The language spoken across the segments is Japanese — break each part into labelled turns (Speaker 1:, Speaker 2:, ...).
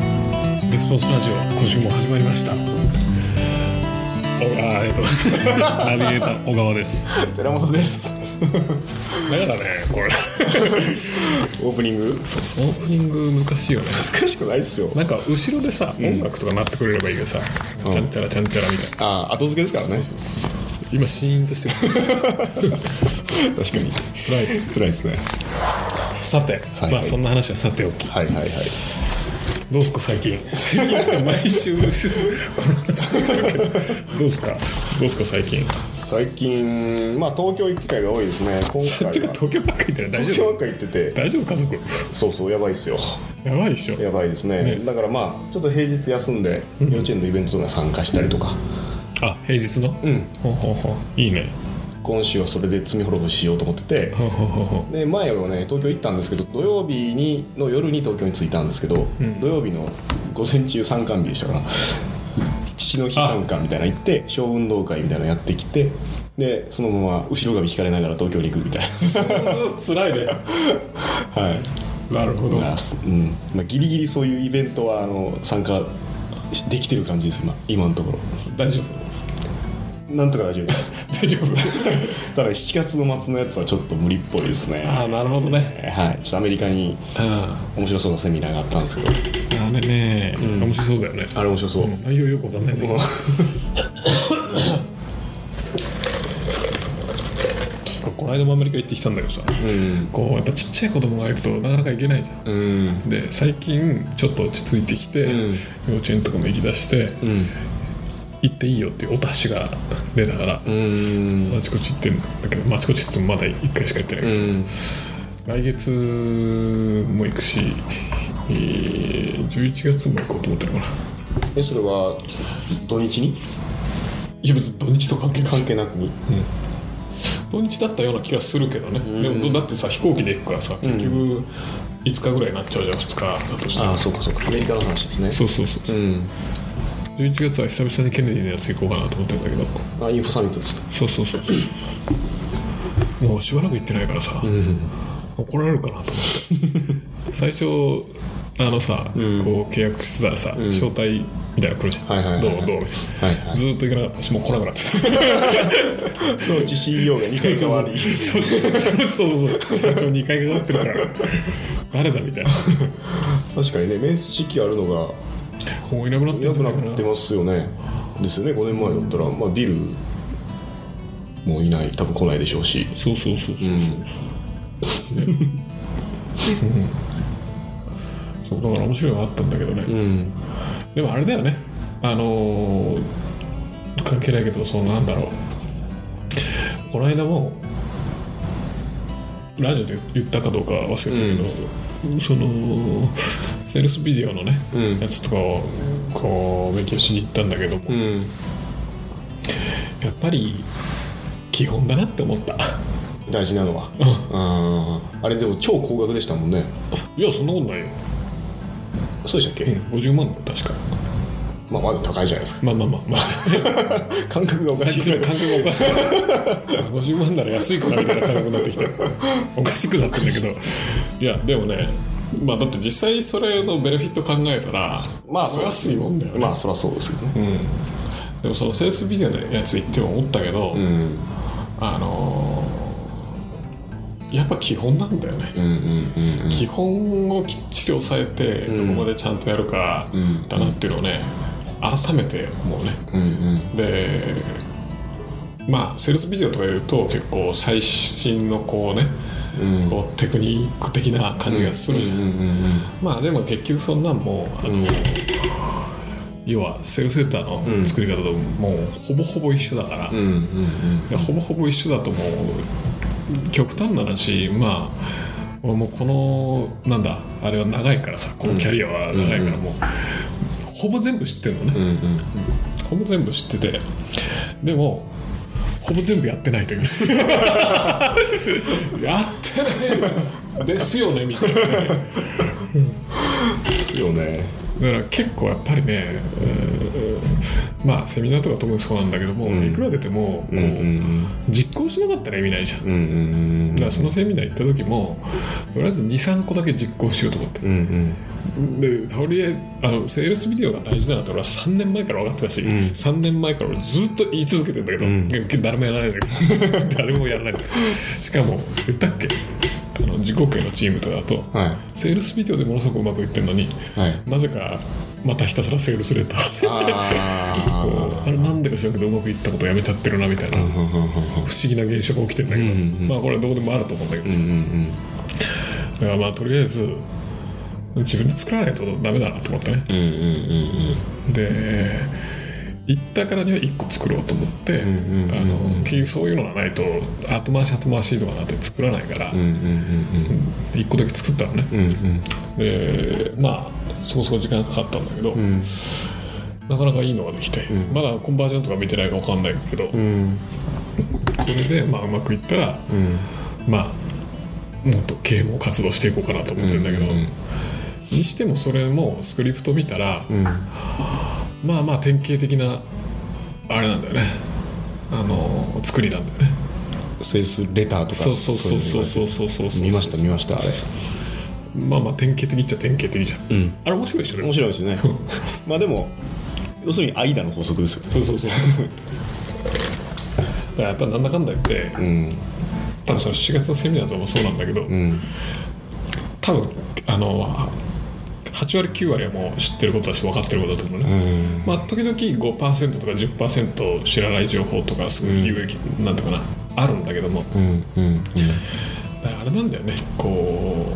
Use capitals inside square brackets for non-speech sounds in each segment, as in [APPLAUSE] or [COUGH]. Speaker 1: [LAUGHS] ナビゲーター小川です
Speaker 2: 寺本です
Speaker 1: だからねこれ
Speaker 2: オープニング
Speaker 1: オープニング難しいよね
Speaker 2: 難しくないっすよ
Speaker 1: なんか後ろでさ、音楽とか鳴ってくれればいいけどさ、ちゃんちゃらちゃんちゃらみたいな
Speaker 2: ああ後付けですからね
Speaker 1: 今シーンとしてる
Speaker 2: 確かに
Speaker 1: 辛い
Speaker 2: 辛いですね
Speaker 1: さて、
Speaker 2: はい
Speaker 1: まあそんな話はさておき
Speaker 2: はいはいはい
Speaker 1: どうすか最近最近して毎週この話してるけどどうすかどうすか最近
Speaker 2: 最近まあ東京行く機会が多いですね今
Speaker 1: て
Speaker 2: 回
Speaker 1: か
Speaker 2: は
Speaker 1: 東京ばっかりいたら大
Speaker 2: 東
Speaker 1: 丈
Speaker 2: 京ば
Speaker 1: 夫
Speaker 2: っか行ってて
Speaker 1: 大丈夫家族
Speaker 2: そうそうやばいっすよ
Speaker 1: やばいでしょ
Speaker 2: やばいですねだからまあちょっと平日休んで幼稚園のイベントとか参加したりとか
Speaker 1: あ平日のうんほうほうほういいね
Speaker 2: 今週はそれで罪滅ぼししようと思ってて
Speaker 1: ほうほうほうほう
Speaker 2: で前はね東京行ったんですけど土曜日にの夜に東京に着いたんですけど、土曜日の午前中参観日でしたから父の日参観みたいなの行って小運動会みたいなのやってきてでそのまま後ろ髪引かれながら東京に行くみたい
Speaker 1: 辛いね
Speaker 2: な [LAUGHS] はい
Speaker 1: なるほど
Speaker 2: まあ、すうんまあ、ギリギリそういうイベントはあの参加しできてる感じです今今のところ
Speaker 1: 大丈夫
Speaker 2: なんとか大丈夫です
Speaker 1: [LAUGHS] 大丈夫
Speaker 2: [LAUGHS] ただ7月の末のやつはちょっと無理っぽいですね
Speaker 1: ああなるほどね
Speaker 2: はいちょっとアメリカに
Speaker 1: うん
Speaker 2: 面白そうなセミナーがあったんですけど
Speaker 1: あれね、面白そうだよね
Speaker 2: あれ面白そう、
Speaker 1: 内容よくわかんないねこの間もアメリカ行ってきたんだけどさ、こうやっぱちっちゃい子供がいるとなかなか行けないじゃん、
Speaker 2: うん
Speaker 1: で最近ちょっと落ち着いてきて、
Speaker 2: うん
Speaker 1: 幼稚園とかも行きだして、
Speaker 2: うん
Speaker 1: 行っていいよっていうお達しが出たから、
Speaker 2: うん
Speaker 1: あちこち行ってんだけど、まああちこち行ってもまだ1回しか行ってないけど、
Speaker 2: うん
Speaker 1: 来月も行くし、えー11月も行こうと思ってるから
Speaker 2: えそれは土日に
Speaker 1: いや別に土日と関係ない
Speaker 2: 関係なくに
Speaker 1: 土日だったような気がするけどね、でもだってさ飛行機で行くからさ結局5日ぐらいになっちゃうじゃん2日だとしたら、
Speaker 2: そうかそうかアメリカの話ですね
Speaker 1: そうそうそうそう、
Speaker 2: ん
Speaker 1: 11月は久々にケネディのやつ行こうかなと思ってるんだけど
Speaker 2: あインフォサミットです
Speaker 1: そうそうそうそうもうしばらく行ってないからさ、怒られるかなと思って最初あのさ、こう契約してたらさ、招待みたいなの来るじゃん、
Speaker 2: はいはいはいはい
Speaker 1: どうどうみたいな、
Speaker 2: はいはい
Speaker 1: ずーっと行かなかったしもう来なくな
Speaker 2: [LAUGHS]
Speaker 1: ってた
Speaker 2: 装置 CEO が2回変わり
Speaker 1: そうそうそうそう社長2回かかってるから誰だみたいな
Speaker 2: 確かにね面識あるのが
Speaker 1: もういなくなって
Speaker 2: いなく
Speaker 1: ん
Speaker 2: な
Speaker 1: だけど
Speaker 2: ってますよねですよね5年前だったら、まあ、ビルもういない多分来ないでしょうし
Speaker 1: そうそうそうそう、そうだから面白いのはあったんだけどね、
Speaker 2: うん
Speaker 1: でもあれだよねあのー関係ないけどそのなんだろうこの間もラジオで言ったかどうかは忘れたけど、そのセールスビデオのね、
Speaker 2: うん
Speaker 1: やつとかをこう勉強しに行ったんだけども、
Speaker 2: うん
Speaker 1: やっぱり基本だなって思った [LAUGHS]
Speaker 2: 大事なのはうんあれでも超高額でしたもんね
Speaker 1: いやそんなことないよ、
Speaker 2: そうでしたっけ、
Speaker 1: うん、50万だよ確か
Speaker 2: まあまだ高いじゃないです
Speaker 1: まあまあまあまあ
Speaker 2: か感覚がおか
Speaker 1: 最
Speaker 2: しい
Speaker 1: 近ちょっと感覚がおかしく [LAUGHS] なって50万なら安いかなみたいな感覚になってきておかしくなってんだけどいやでもねまあだって実際それのベネフィット考えたら
Speaker 2: まあそう
Speaker 1: 安いもんだよね、
Speaker 2: まあそりゃそうですけどね
Speaker 1: でもそのセールスビデオのやつ行っても思ったけど、
Speaker 2: うん
Speaker 1: あのーやっぱ基本なんだよね、
Speaker 2: うんうんうん
Speaker 1: 基本をきっちり抑えてどこまでちゃんとやるか
Speaker 2: ん
Speaker 1: だなっていうのをね改めて思うね
Speaker 2: うんうん
Speaker 1: でまあセールスビデオとか言うと結構最新のこうね、こうテクニック的な感じがするじゃん,、まあでも結局そんなんもうあの、要はセールスセンターの作り方ともうほぼほぼ一緒だから、
Speaker 2: うんうん
Speaker 1: いやほぼほぼ一緒だと思う極端な話まあ俺もうこのなんだあれは長いからさこのキャリアは長いからもう、ほぼ全部知ってるのね、ほぼ全部知っててでもほぼ全部やってないという [LAUGHS] やってないですよねみたいな
Speaker 2: ですよね
Speaker 1: だから結構やっぱりね、うんまあセミナーとか特にそうなんだけども、いくら出てもこう、実行しなかったら意味ないじゃん
Speaker 2: うんうん
Speaker 1: だからそのセミナー行った時もとりあえず23個だけ実行しようと思って
Speaker 2: うんうん
Speaker 1: でとりあえずあのセールスビデオが大事だなって俺は3年前から分かってたし、3年前から俺ずっと言い続けてんだけど、誰もやらないんだけど [LAUGHS] 誰もやらないしかも言ったっけあの自己系のチームとかだと、
Speaker 2: はい
Speaker 1: セールスビデオでものすごくうまくいってるのに、
Speaker 2: はい
Speaker 1: なぜかまたひたすらセールスレター
Speaker 2: あ
Speaker 1: こうあれなんでか知らんけどうまくいったことやめちゃってるなみたいな、不思議な現象が起きてるんだけど、まあこれはどこでもあると思うんだけどさ、だからまあとりあえず自分で作らないとダメだなと思ってね、
Speaker 2: うんうんうん
Speaker 1: で行ったからには1個作ろうと思って、あの結局そういうのがないと後回し後回しとかなって作らないから、
Speaker 2: うんうん
Speaker 1: 1個だけ作ったのね、
Speaker 2: うんうん
Speaker 1: でまあそこそこ時間かかったんだけど、なかなかいいのができて、まだコンバージョンとか見てないか分かんないけど、
Speaker 2: ん
Speaker 1: それで、まあ、うまくいったら、まあもっと啓蒙活動していこうかなと思ってるんだけど、にしてもそれもスクリプト見たら、まあまあ典型的なあれなんだよねあの作りなんだよね
Speaker 2: セールスレターとか
Speaker 1: そうそうそうそうそうそうそうそう
Speaker 2: 見ました見ましたあれ
Speaker 1: まあまあ典型的っちゃ典型的じゃん、
Speaker 2: ん
Speaker 1: あれ面白いでしょ
Speaker 2: 面白いです [LAUGHS] ねまあでも要するに間の法則ですよ
Speaker 1: そうそうそうだからやっぱなんだかんだ言って、
Speaker 2: うん
Speaker 1: 多分その7月のセミナーとかもそうなんだけど、
Speaker 2: うん
Speaker 1: 多分あの8割9割はもう知ってることだし分かってることだと思うね、まあ時々5%とか10%知らない情報とかすごい有益、なんていうかなあるんだけども、
Speaker 2: うんうん
Speaker 1: あれなんだよねこう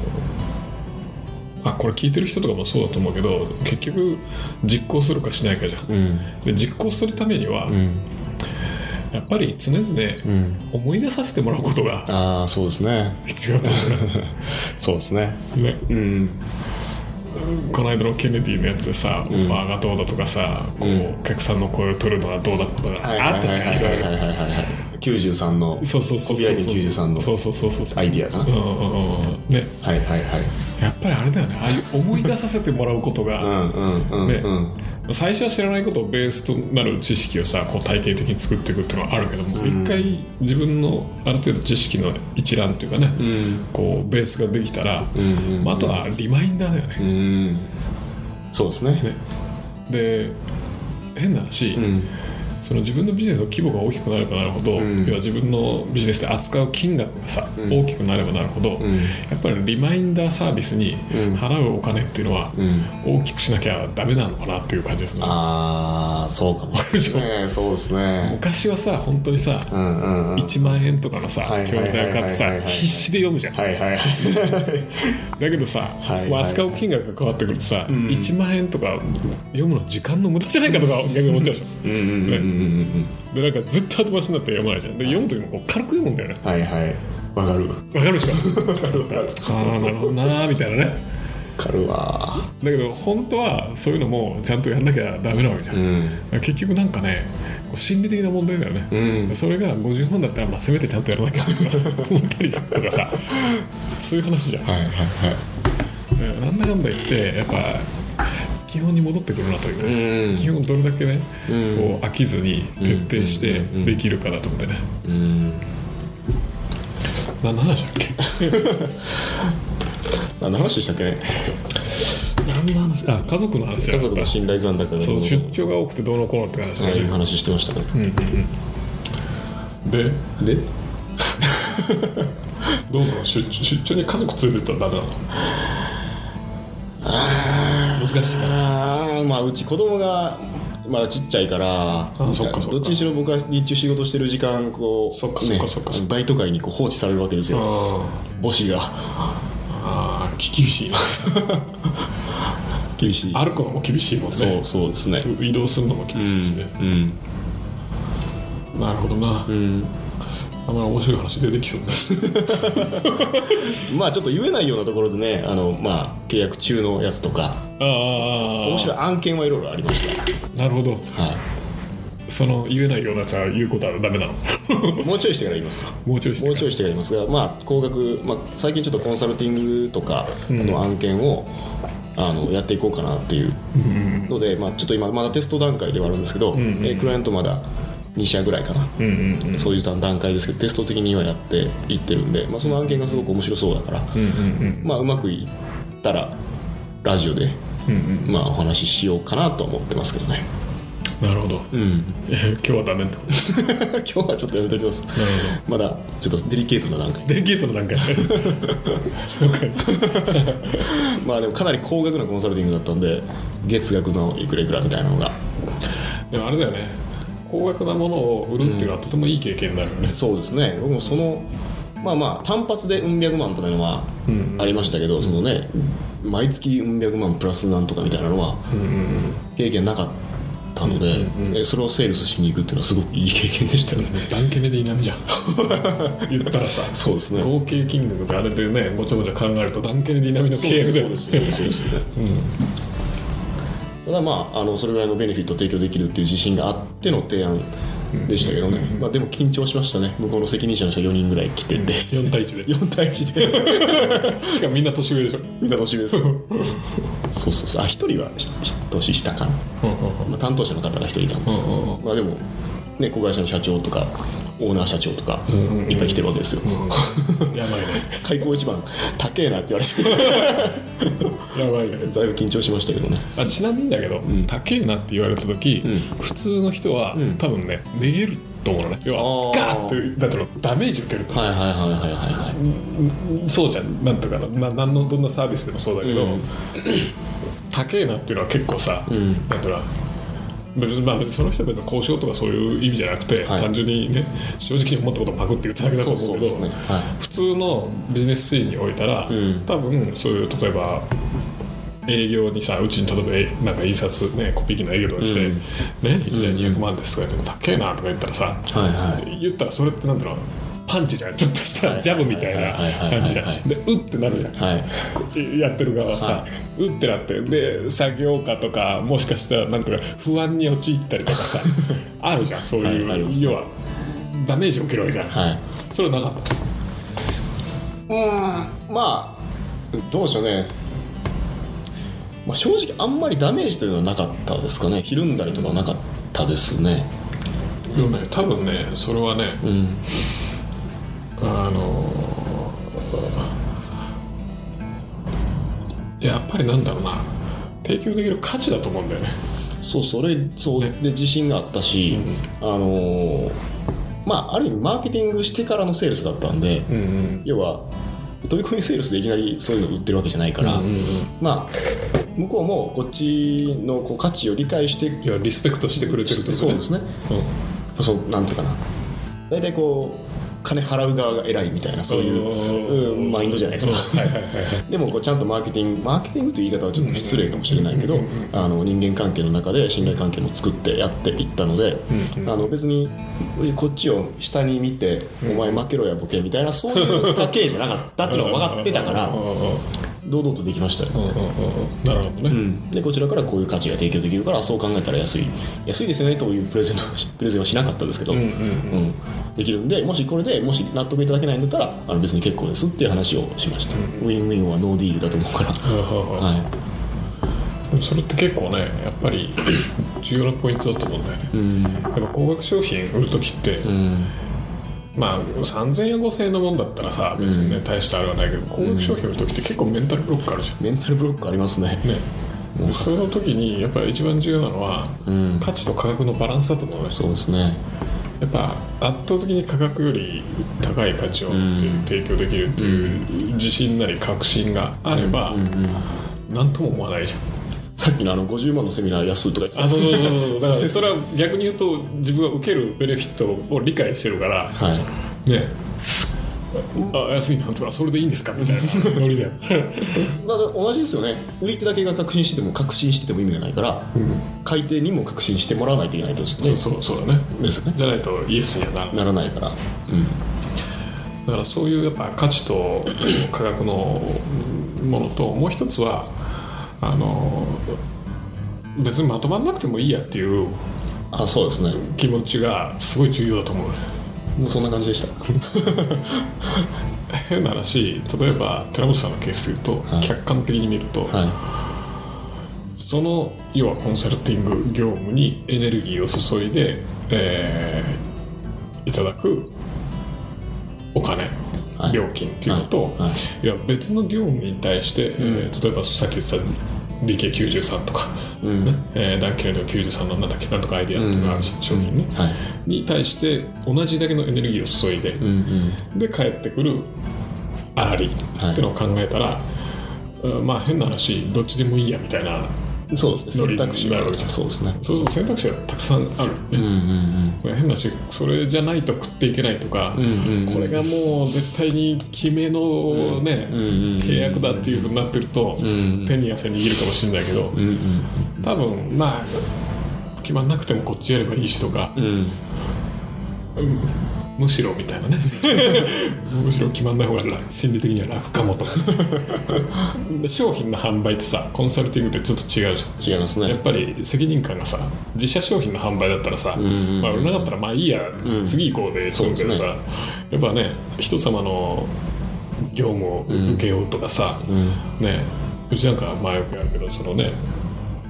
Speaker 1: あこれ聞いてる人とかもそうだと思うけど結局実行するかしないかじゃん、で実行するためには、やっぱり常々思い出させてもらうことが
Speaker 2: ああそうですね
Speaker 1: 必要だと思
Speaker 2: そうですね
Speaker 1: う [LAUGHS] ね、この間のケネディのやつでさ、オファーがどうだとかさこう、お客さんの声を取るのはどうだとかあったじゃんいろいろ
Speaker 2: はいはい93の
Speaker 1: そうそうそう
Speaker 2: コピ
Speaker 1: そ
Speaker 2: ア
Speaker 1: う
Speaker 2: イ
Speaker 1: そう
Speaker 2: 93の
Speaker 1: そうそうそうそう
Speaker 2: アイディアかな
Speaker 1: うんうんうんうんね
Speaker 2: はいはいはい
Speaker 1: やっぱりあれだよねああいう思い出させてもらうこと
Speaker 2: う
Speaker 1: が、
Speaker 2: んうんうん
Speaker 1: ね
Speaker 2: うん
Speaker 1: 最初は知らないことをベースとなる知識をさこう体系的に作っていくっていうのはあるけども一、回自分のある程度知識の一覧っていうかね、こうベースができたら、まあ、あとはリマインダーだよね、
Speaker 2: うんそうですね
Speaker 1: で変な話、その自分のビジネスの規模が大きくなればなるほど、要は自分のビジネスで扱う金額がさ、大きくなればなるほど、やっぱりリマインダーサービスに払うお金っていうのは大きくしなきゃダメなのかなっていう感じですね、
Speaker 2: ああそうかもねそうですね
Speaker 1: 昔はさ本当にさ、
Speaker 2: うんうんうん
Speaker 1: 1万円とかのさ
Speaker 2: はいはい
Speaker 1: 教
Speaker 2: はいはい
Speaker 1: 材を買って
Speaker 2: はい
Speaker 1: さ
Speaker 2: はいはい
Speaker 1: 必死で読むじゃんだ
Speaker 2: はいはいはい
Speaker 1: けどさ、
Speaker 2: いはい
Speaker 1: まあ扱う金額が変わってくるとさ、1万円とか読むの時間の無駄じゃないかとか逆に思っちゃうでしょ
Speaker 2: うんうんうんうん
Speaker 1: でなんかずっと後回しになって読まないじゃんで読む時もこう軽く読むんだよね
Speaker 2: はいはいわかる
Speaker 1: わかるでし
Speaker 2: [LAUGHS]
Speaker 1: ょ
Speaker 2: わかるわ
Speaker 1: ああなるほどなーみたいなね
Speaker 2: かるわ
Speaker 1: だけど本当はそういうのもちゃんとやんなきゃダメなわけじゃん、
Speaker 2: うん
Speaker 1: 結局なんかねこう心理的な問題だよね、
Speaker 2: うん
Speaker 1: それが50本だったらまあせめてちゃんとやらなきゃとか [LAUGHS] 思ったりとかさそういう話じゃん、
Speaker 2: はいはいはい
Speaker 1: うんなんだかんだ言ってやっぱ基本に戻ってくるなという、
Speaker 2: うん
Speaker 1: 基本どれだけね、
Speaker 2: うん
Speaker 1: こう飽きずに徹底してできるかだと思ってね、
Speaker 2: うん
Speaker 1: 何の話だっけ
Speaker 2: 何の話でしたっけね
Speaker 1: 何の話あ家族の話だ
Speaker 2: 家族の信頼残高が
Speaker 1: そう出張が多くてどうのこうのって話だ
Speaker 2: は
Speaker 1: よ
Speaker 2: い
Speaker 1: ね、
Speaker 2: 話してましたね
Speaker 1: で
Speaker 2: で
Speaker 1: どうなの出張出張に家族連れてったらダメなの難しいか
Speaker 2: ああまあうち子供がまだちっちゃいから
Speaker 1: そっかそっか
Speaker 2: どっちにしろ僕は日中仕事してる時間こう
Speaker 1: そっかそっかそっかそっか
Speaker 2: バイト会にこう放置されるわけですよ
Speaker 1: あ
Speaker 2: 母子が
Speaker 1: あー厳しいな
Speaker 2: 厳しい
Speaker 1: 歩くのも厳しいもんね
Speaker 2: そうそうですね
Speaker 1: 移動するのも厳しいしね、
Speaker 2: うん
Speaker 1: なるほどな、あんまり面白い話出てきそうね [LAUGHS]
Speaker 2: まあちょっと言えないようなところでねあのまあ契約中のやつとか
Speaker 1: ああ
Speaker 2: 面白い案件はいろいろありました
Speaker 1: なるほど
Speaker 2: は
Speaker 1: その言えないようなじゃあ言うことはダメなの
Speaker 2: いもうちょいしてから言います
Speaker 1: もうちょいして
Speaker 2: もうちょいしてから言いますが、まあ、高額、まあ、最近ちょっとコンサルティングとかの案件を、あのやっていこうかなっていうので、まあ、ちょっと今まだテスト段階ではあるんですけど、えークライアントまだ2社ぐらいかな、そういう段階ですけどテスト的にはやっていってるんで、まあ、その案件がすごく面白そうだから、まあ、うまくいったらラジオで、
Speaker 1: うんうん
Speaker 2: まあ、お話ししようかなとは思ってますけどね [LAUGHS]
Speaker 1: なるほど、
Speaker 2: うん
Speaker 1: いや今日はダメってこと
Speaker 2: 今日はちょっとやめときます
Speaker 1: なる
Speaker 2: まだちょっとデリケートな段階
Speaker 1: デリケートの段階了解です
Speaker 2: まあでもかなり高額なコンサルティングだったんで月額のいくらいくらみたいなのが
Speaker 1: [LAUGHS] でもあれだよね高額なものを売るっていうのはとてもいい経験になるよね、
Speaker 2: そうですね僕もそのまあまあ単発でうん百万とかいうのはありましたけど、そのね毎月うん百万プラスなんとかみたいなのは経験なかったので、えそれをセールスしに行くっていうのはすごくいい経験でしたよね
Speaker 1: ダンケネでいなみ [LAUGHS] じゃん言ったらさ
Speaker 2: そうですね
Speaker 1: 合計金額があれでねごちゃごちゃ考えるとダンケネディナミの契約だよね
Speaker 2: そうですよねそうですよねただまああのそれぐらいのベネフィットを提供できるっていう自信があっての提案でしたけどね、まあ、でも緊張しましたね向こうの責任者の人4人ぐらい来てて、
Speaker 1: [LAUGHS] 4対1で
Speaker 2: 4対1で [LAUGHS]
Speaker 1: しかもみんな年上でしょ
Speaker 2: みんな年上ですそうそうそうあ一人はし年下かな、まあ、担当者の方が一人いたんで、まあ、でも、ね、子会社の社長とかオーナー社長とかいっぱい来てるわけですよ、
Speaker 1: やばいね
Speaker 2: [LAUGHS] 開口一番高えなって言われて [LAUGHS]
Speaker 1: やばいね
Speaker 2: だいぶ緊張しましたけどね
Speaker 1: あちなみにだけど、高えなって言われた時、普通の人は、多分ねめげると思うのね要は
Speaker 2: あ
Speaker 1: ガ
Speaker 2: ー
Speaker 1: ーッてなんていうのダメージ受けると
Speaker 2: はいはいはいはいはいはい
Speaker 1: そうじゃんなんとかなななんのどんなサービスでもそうだけど、高えなっていうのは結構さ、なんていうのかな別にまあ、その人は別に交渉とかそういう意味じゃなくて、
Speaker 2: はい
Speaker 1: 単純にね正直に思ったことをパクって言っただけだと思うけど
Speaker 2: そうそうですねはい
Speaker 1: 普通のビジネスシーンにおいたら、多分そういう例えば営業にさうちに例えばえなんか印刷、ね、コピー機の営業とか来て、ね、1年200万ですとか言って「高えな」とか言ったらさ、
Speaker 2: はいはい
Speaker 1: 言ったらそれってなんだろうパンチじゃんちょっとしたジャブみたいな
Speaker 2: はいはいはいはい
Speaker 1: 感じじゃ
Speaker 2: はい
Speaker 1: んでうってなるじゃん、
Speaker 2: はい
Speaker 1: こうやってる側はさ、
Speaker 2: は
Speaker 1: うってなってで作業家とかもしかしたらなんとか不安に陥ったりとか
Speaker 2: [LAUGHS]
Speaker 1: さあるじゃんそういう、
Speaker 2: はいあります
Speaker 1: 要はダメージを受けるわけじゃん、
Speaker 2: はい
Speaker 1: それはなかった
Speaker 2: うーんまあどうでしょうね、まあ、正直あんまりダメージというのはなかったですかねひるんだりとかはなかったですね
Speaker 1: でもね多分ねそれはね、あのーやっぱりなんだろうな提供できる価値だと思うんだよね
Speaker 2: そうそれそう
Speaker 1: ね
Speaker 2: で自信があったし、あのーまあある意味マーケティングしてからのセールスだったんで、要は飛び込みセールスでいきなりそういうの売ってるわけじゃないから、まあ向こうもこっちのこう価値を理解して
Speaker 1: いやリスペクトしてくれてるってこと
Speaker 2: そうですねそうなんていうかな大体こう金払う側が偉いみたいなそういう、うん、マインドじゃないですか
Speaker 1: はいはいはいはい
Speaker 2: でもこうちゃんとマーケティングマーケティングという言い方はちょっと失礼かもしれないけどあの人間関係の中で信頼関係も作ってやっていったのであの別にこっちを下に見てお前負けろやボケみたいなそういうだけじゃなかったっていうのが分かってたから
Speaker 1: うんうんうん
Speaker 2: 堂々とできましたよ
Speaker 1: うんうんなるほどね、
Speaker 2: でこちらからこういう価値が提供できるからそう考えたら安い安いですよねというプレゼントプレゼンはしな [LAUGHS] かったですけど、うんできるんでもしこれでもし納得いただけないんだったらあの別に結構ですっていう話をしました、ウィンウィンはノーディールだと思うから、
Speaker 1: うんうんうん
Speaker 2: はい、
Speaker 1: でもそれって結構ねやっぱ [CLEARS THROAT] り重要なポイントだと思うんだよね、やっぱ高額商品売る時って、まあ3000円5000円のもんだったらさ別にね、大したあれはないけど高額商品売る時って結構メンタルブロックあるじゃん
Speaker 2: メンタルブロックありますね
Speaker 1: ねでその時にやっぱり一番重要なのは、価値と価格のバランスだと思うね
Speaker 2: そうですね
Speaker 1: やっぱ圧倒的に価格より高い価値をっていう提供できるっていう自信なり確信があれば何とも思わないじゃん
Speaker 2: さっきのあの50万のセミナー安いとか言ってた
Speaker 1: あそうそうそう [LAUGHS] そうだからそれは逆に言うと自分が受けるベネフィットを理解してるから
Speaker 2: はい
Speaker 1: ねあ安いなんとかそれでいいんですかみたいなノリだよ
Speaker 2: まあ、同じですよね売り手だけが確信してても確信してても意味がないから、買い手にも確信してもらわないといけないってことですね
Speaker 1: [LAUGHS] そうそうだね
Speaker 2: ですよね
Speaker 1: じゃないとイエスにはならない
Speaker 2: ならないから
Speaker 1: だからそういうやっぱ価値と価格のものともう一つはあの別にまとまらなくてもいいやっていう
Speaker 2: あそうですね
Speaker 1: 気持ちがすごい重要だと思うね
Speaker 2: もうそんな感じでした
Speaker 1: 変な話例えば寺本さんのケースで言うと、
Speaker 2: はい
Speaker 1: 客観的に見ると、
Speaker 2: は
Speaker 1: その要はコンサルティング業務にエネルギーを注いで、えーいただくお金
Speaker 2: い、
Speaker 1: 料金っていうのと、
Speaker 2: はいはい
Speaker 1: や別の業務に対して、えー例えばさっき言った DK93 とか、ねえーダンケルド93のなんだっけなんとかアイデアっていうのがあるし、商品ね、
Speaker 2: はい
Speaker 1: に対して同じだけのエネルギーを注いで、で帰ってくるあらりってのを考えたら、うんまあ変な話どっちでもいいやみたいな
Speaker 2: そうですね選択肢があるわけじゃんそうですね
Speaker 1: そうすると選択肢がたくさんあるよね、これ変な話それじゃないと食っていけないとか、これがもう絶対に決めのね、契約だっていうふうになってると、手に汗握るかもしれないけど、多分まあ決まんなくてもこっちやればいいしとか、うんむしろみたいなね [LAUGHS] むしろ決まんない方が楽心理的には楽かも [LAUGHS] とかで商品の販売ってさコンサルティングってちょっと違うじゃん
Speaker 2: 違います
Speaker 1: や
Speaker 2: ね
Speaker 1: っぱり責任感がさ自社商品の販売だったらさ、まあ、売れなかったらまあいいや、次行こうで済むけど
Speaker 2: そ
Speaker 1: さ、やっぱね人様の業務を請けようとかさ、ねうちなんかまあよくやるけどそのね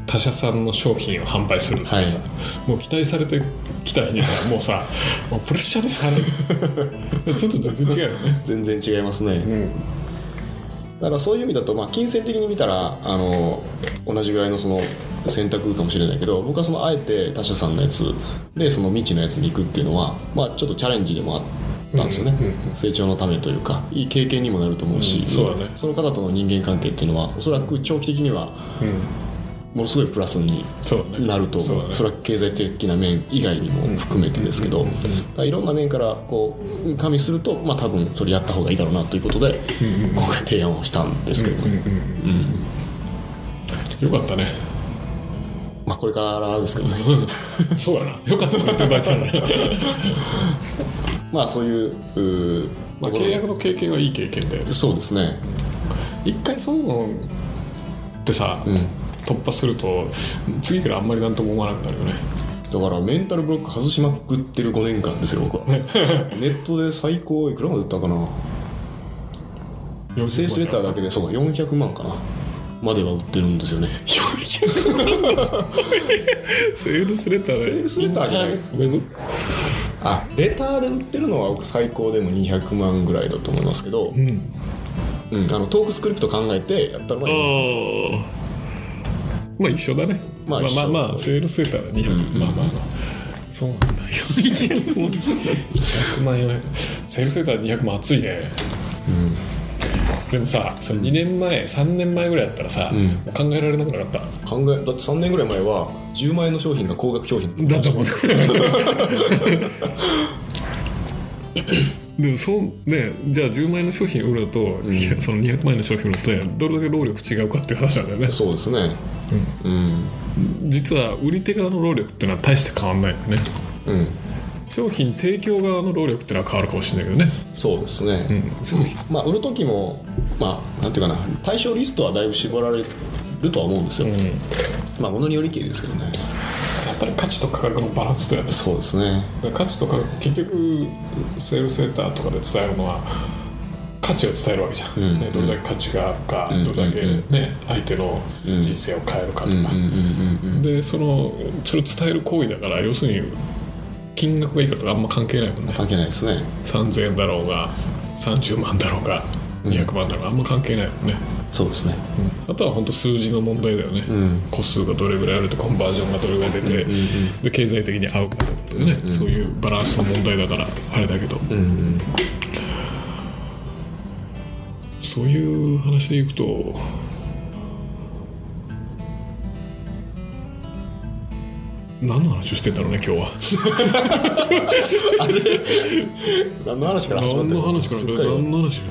Speaker 1: 他社さんの商品を販売するとかさ、
Speaker 2: は
Speaker 1: もう期待されてきた日にさもうさもうプレッシャーでしか [LAUGHS] ないちょっと全然違うよね
Speaker 2: 全然違いますね、
Speaker 1: ん
Speaker 2: だからそういう意味だと、まあ、金銭的に見たらあの同じぐらいのその選択かもしれないけど僕はそのあえて他社さんのやつでその未知のやつに行くっていうのは、まあ、ちょっとチャレンジでもあったんですよね、成長のためというかいい経験にもなると思うし、
Speaker 1: うんそうだね
Speaker 2: その方との人間関係っていうのはおそらく長期的にはものすごいプラスに
Speaker 1: そうだね
Speaker 2: なると
Speaker 1: そう
Speaker 2: 思う
Speaker 1: だね
Speaker 2: それは経済的な面以外にも含めてですけど、だからいろんな面からこう加味すると、まあ、多分それやった方がいいだろうなということで、今回提案をしたんですけど、ね
Speaker 1: よかったね
Speaker 2: まあ、これからですけどね
Speaker 1: そうだなよか [LAUGHS] ったとか言ってる場合じゃない
Speaker 2: まあそういううー
Speaker 1: まあ
Speaker 2: ところ
Speaker 1: 契約の経験はいい経験だよね
Speaker 2: そうですね
Speaker 1: 一回そういうのってさ、突破すると次からあんまりなんとも思わなくなるよね
Speaker 2: だからメンタルブロック外しまくってる5年間ですよ
Speaker 1: [LAUGHS]
Speaker 2: 僕はネットで最高いくらまで売ったかなセースレターだけでそうか400万かなまでは売ってるんですよね
Speaker 1: セールスレター
Speaker 2: セールスレターじゃない
Speaker 1: インターネットウェブ
Speaker 2: あレターで売ってるのは僕最高でも200万ぐらいだと思いますけど、うんあのトークスクリプト考えてやったらまあ
Speaker 1: まあ一緒だね
Speaker 2: ま
Speaker 1: まあまあ
Speaker 2: あ一緒
Speaker 1: まあ、セールスレターだ200、まあまあまあそうなんだ400万400万円セールスレター200万熱いねでもさその2年前3年前ぐらいだったらさ、もう考えられなくなかった
Speaker 2: 考えだって3年ぐらい前は10万円の商品が高額商品
Speaker 1: だと [LAUGHS] 思うでもそうねじゃあ10万円の商品を売るのと、いやその200万円の商品を売るのとどれだけ労力違うかっていう話なんだよね
Speaker 2: そうですね
Speaker 1: 実は売り手側の労力っていうのは大して変わんないよね
Speaker 2: うん
Speaker 1: 商品提供側の労力っていうのは変わるかもしれないけどね
Speaker 2: そうですね、
Speaker 1: 商品
Speaker 2: まあ売る時もまあなんていうかな対象リストはだいぶ絞られるとは思うんですよ、まあものによりきりですけどね
Speaker 1: やっぱり価値と価格のバランスだよね
Speaker 2: そうですね
Speaker 1: 価値とか結局セールスレターとかで伝えるのは価値を伝えるわけじゃん、ね、どれだけ価値があるか、どれだけ、ね、相手の人生を変えるかとか、でそのそれを伝える行為だから要するに金額がいくらとかあんま関係ないもんね
Speaker 2: 関係ないですね
Speaker 1: 3000円だろうが30万だろうが200万だろうがあんま関係ないもんね
Speaker 2: そうですね
Speaker 1: あとは本当数字の問題だよね、個数がどれぐらいあるとコンバージョンがどれぐらい出て、で経済的に合うかどうかとかね、そういうバランスの問題だからあれだけど、そういう話でいくと何の話をしてんだろうね今日は
Speaker 2: 何の話から始まっ
Speaker 1: 何
Speaker 2: た
Speaker 1: の
Speaker 2: か
Speaker 1: 話から
Speaker 2: すっかり
Speaker 1: 何の話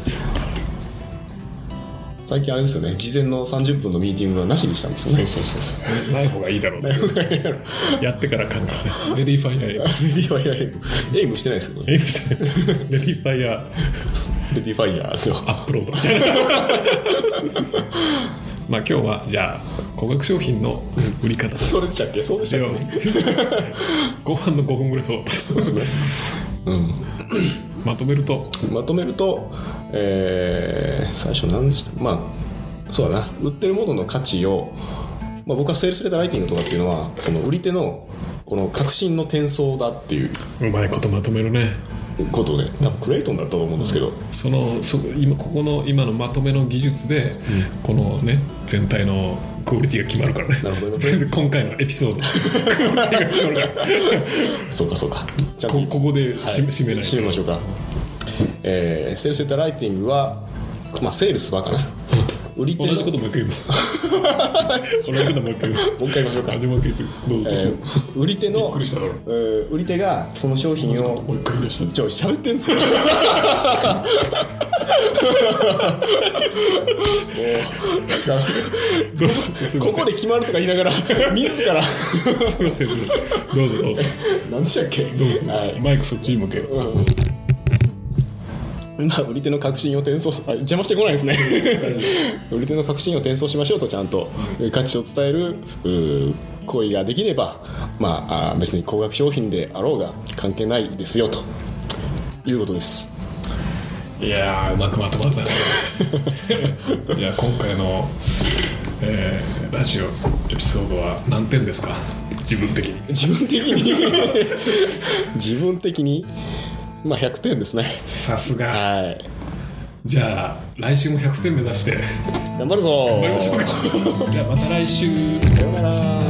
Speaker 2: 最近あれですよね事前の30分のミーティングはなしにしたんですよ
Speaker 1: そう
Speaker 2: ね
Speaker 1: そうそう [LAUGHS] そうない方がいいだろうっていうやってから考えてレディーファイヤーや
Speaker 2: レディーファイヤーエイムしてないですけどね
Speaker 1: エイムして [LAUGHS] レディーファイヤー
Speaker 2: レディーファイヤーですよ
Speaker 1: アップロード [LAUGHS] まあ今日はじゃあ高額商品の売り方
Speaker 2: [LAUGHS]
Speaker 1: で
Speaker 2: それでしたっけそうでしたっけ
Speaker 1: ご飯の5分ぐらいそう
Speaker 2: そうですね
Speaker 1: まとめると
Speaker 2: まとめると、えー最初何でしたまあそうだな売ってるものの価値を、まあ、僕はセールスレターライティングとかっていうのはその売り手のこの確信の転送だっていう
Speaker 1: うまいことまとめるね
Speaker 2: ことをね多分クレイトンだったと思うんですけど、
Speaker 1: そのそ今ここの今のまとめの技術で、このね全体のクオリティが決まるからね
Speaker 2: なるほど
Speaker 1: 全然今回のエピソードのクオリティが決まるから
Speaker 2: そうかそうかじゃあ
Speaker 1: こここで
Speaker 2: はい
Speaker 1: 締め締めないと
Speaker 2: 締めましょうか、えーセールスデータライティングは、まあ、セールスはかな売り手の
Speaker 1: 同じこともう一回言うの
Speaker 2: [LAUGHS]
Speaker 1: 同じこともう一回言うの
Speaker 2: もう一回言いましょうか
Speaker 1: あじゃあもう一回言うどうぞど
Speaker 2: え
Speaker 1: うぞ、
Speaker 2: ー売り手
Speaker 1: びっ
Speaker 2: の
Speaker 1: くりしただろ
Speaker 2: えー売り手がその商品を
Speaker 1: もう一回言いました
Speaker 2: ちょ喋ってんすか
Speaker 1: [LAUGHS]
Speaker 2: もう
Speaker 1: そうそうすいま
Speaker 2: こ
Speaker 1: せん
Speaker 2: こで決まるとか言いながら自ら
Speaker 1: すいませんすいませんどうぞどうぞ
Speaker 2: 何でしたっけ
Speaker 1: どうぞどうぞ、
Speaker 2: はい
Speaker 1: マイクそっちに向けよ
Speaker 2: まあ、売り手の確信を転送すあ邪魔してこないですね売り手の確信を転送しましょうとちゃんと価値を伝えるうー行為ができれば、まあ、あー別に高額商品であろうが関係ないですよということです
Speaker 1: いやーうまくまとま
Speaker 2: [LAUGHS]
Speaker 1: ったねいや今回の、えーラジオエピソードは何点ですか自分的に
Speaker 2: 自分的に [LAUGHS] 自分的にまあ100点ですね
Speaker 1: さすが
Speaker 2: はい
Speaker 1: じゃあ来週も100点目指して [LAUGHS]
Speaker 2: 頑張るぞ
Speaker 1: 頑張りましょうかじゃあまた来週
Speaker 2: さようなら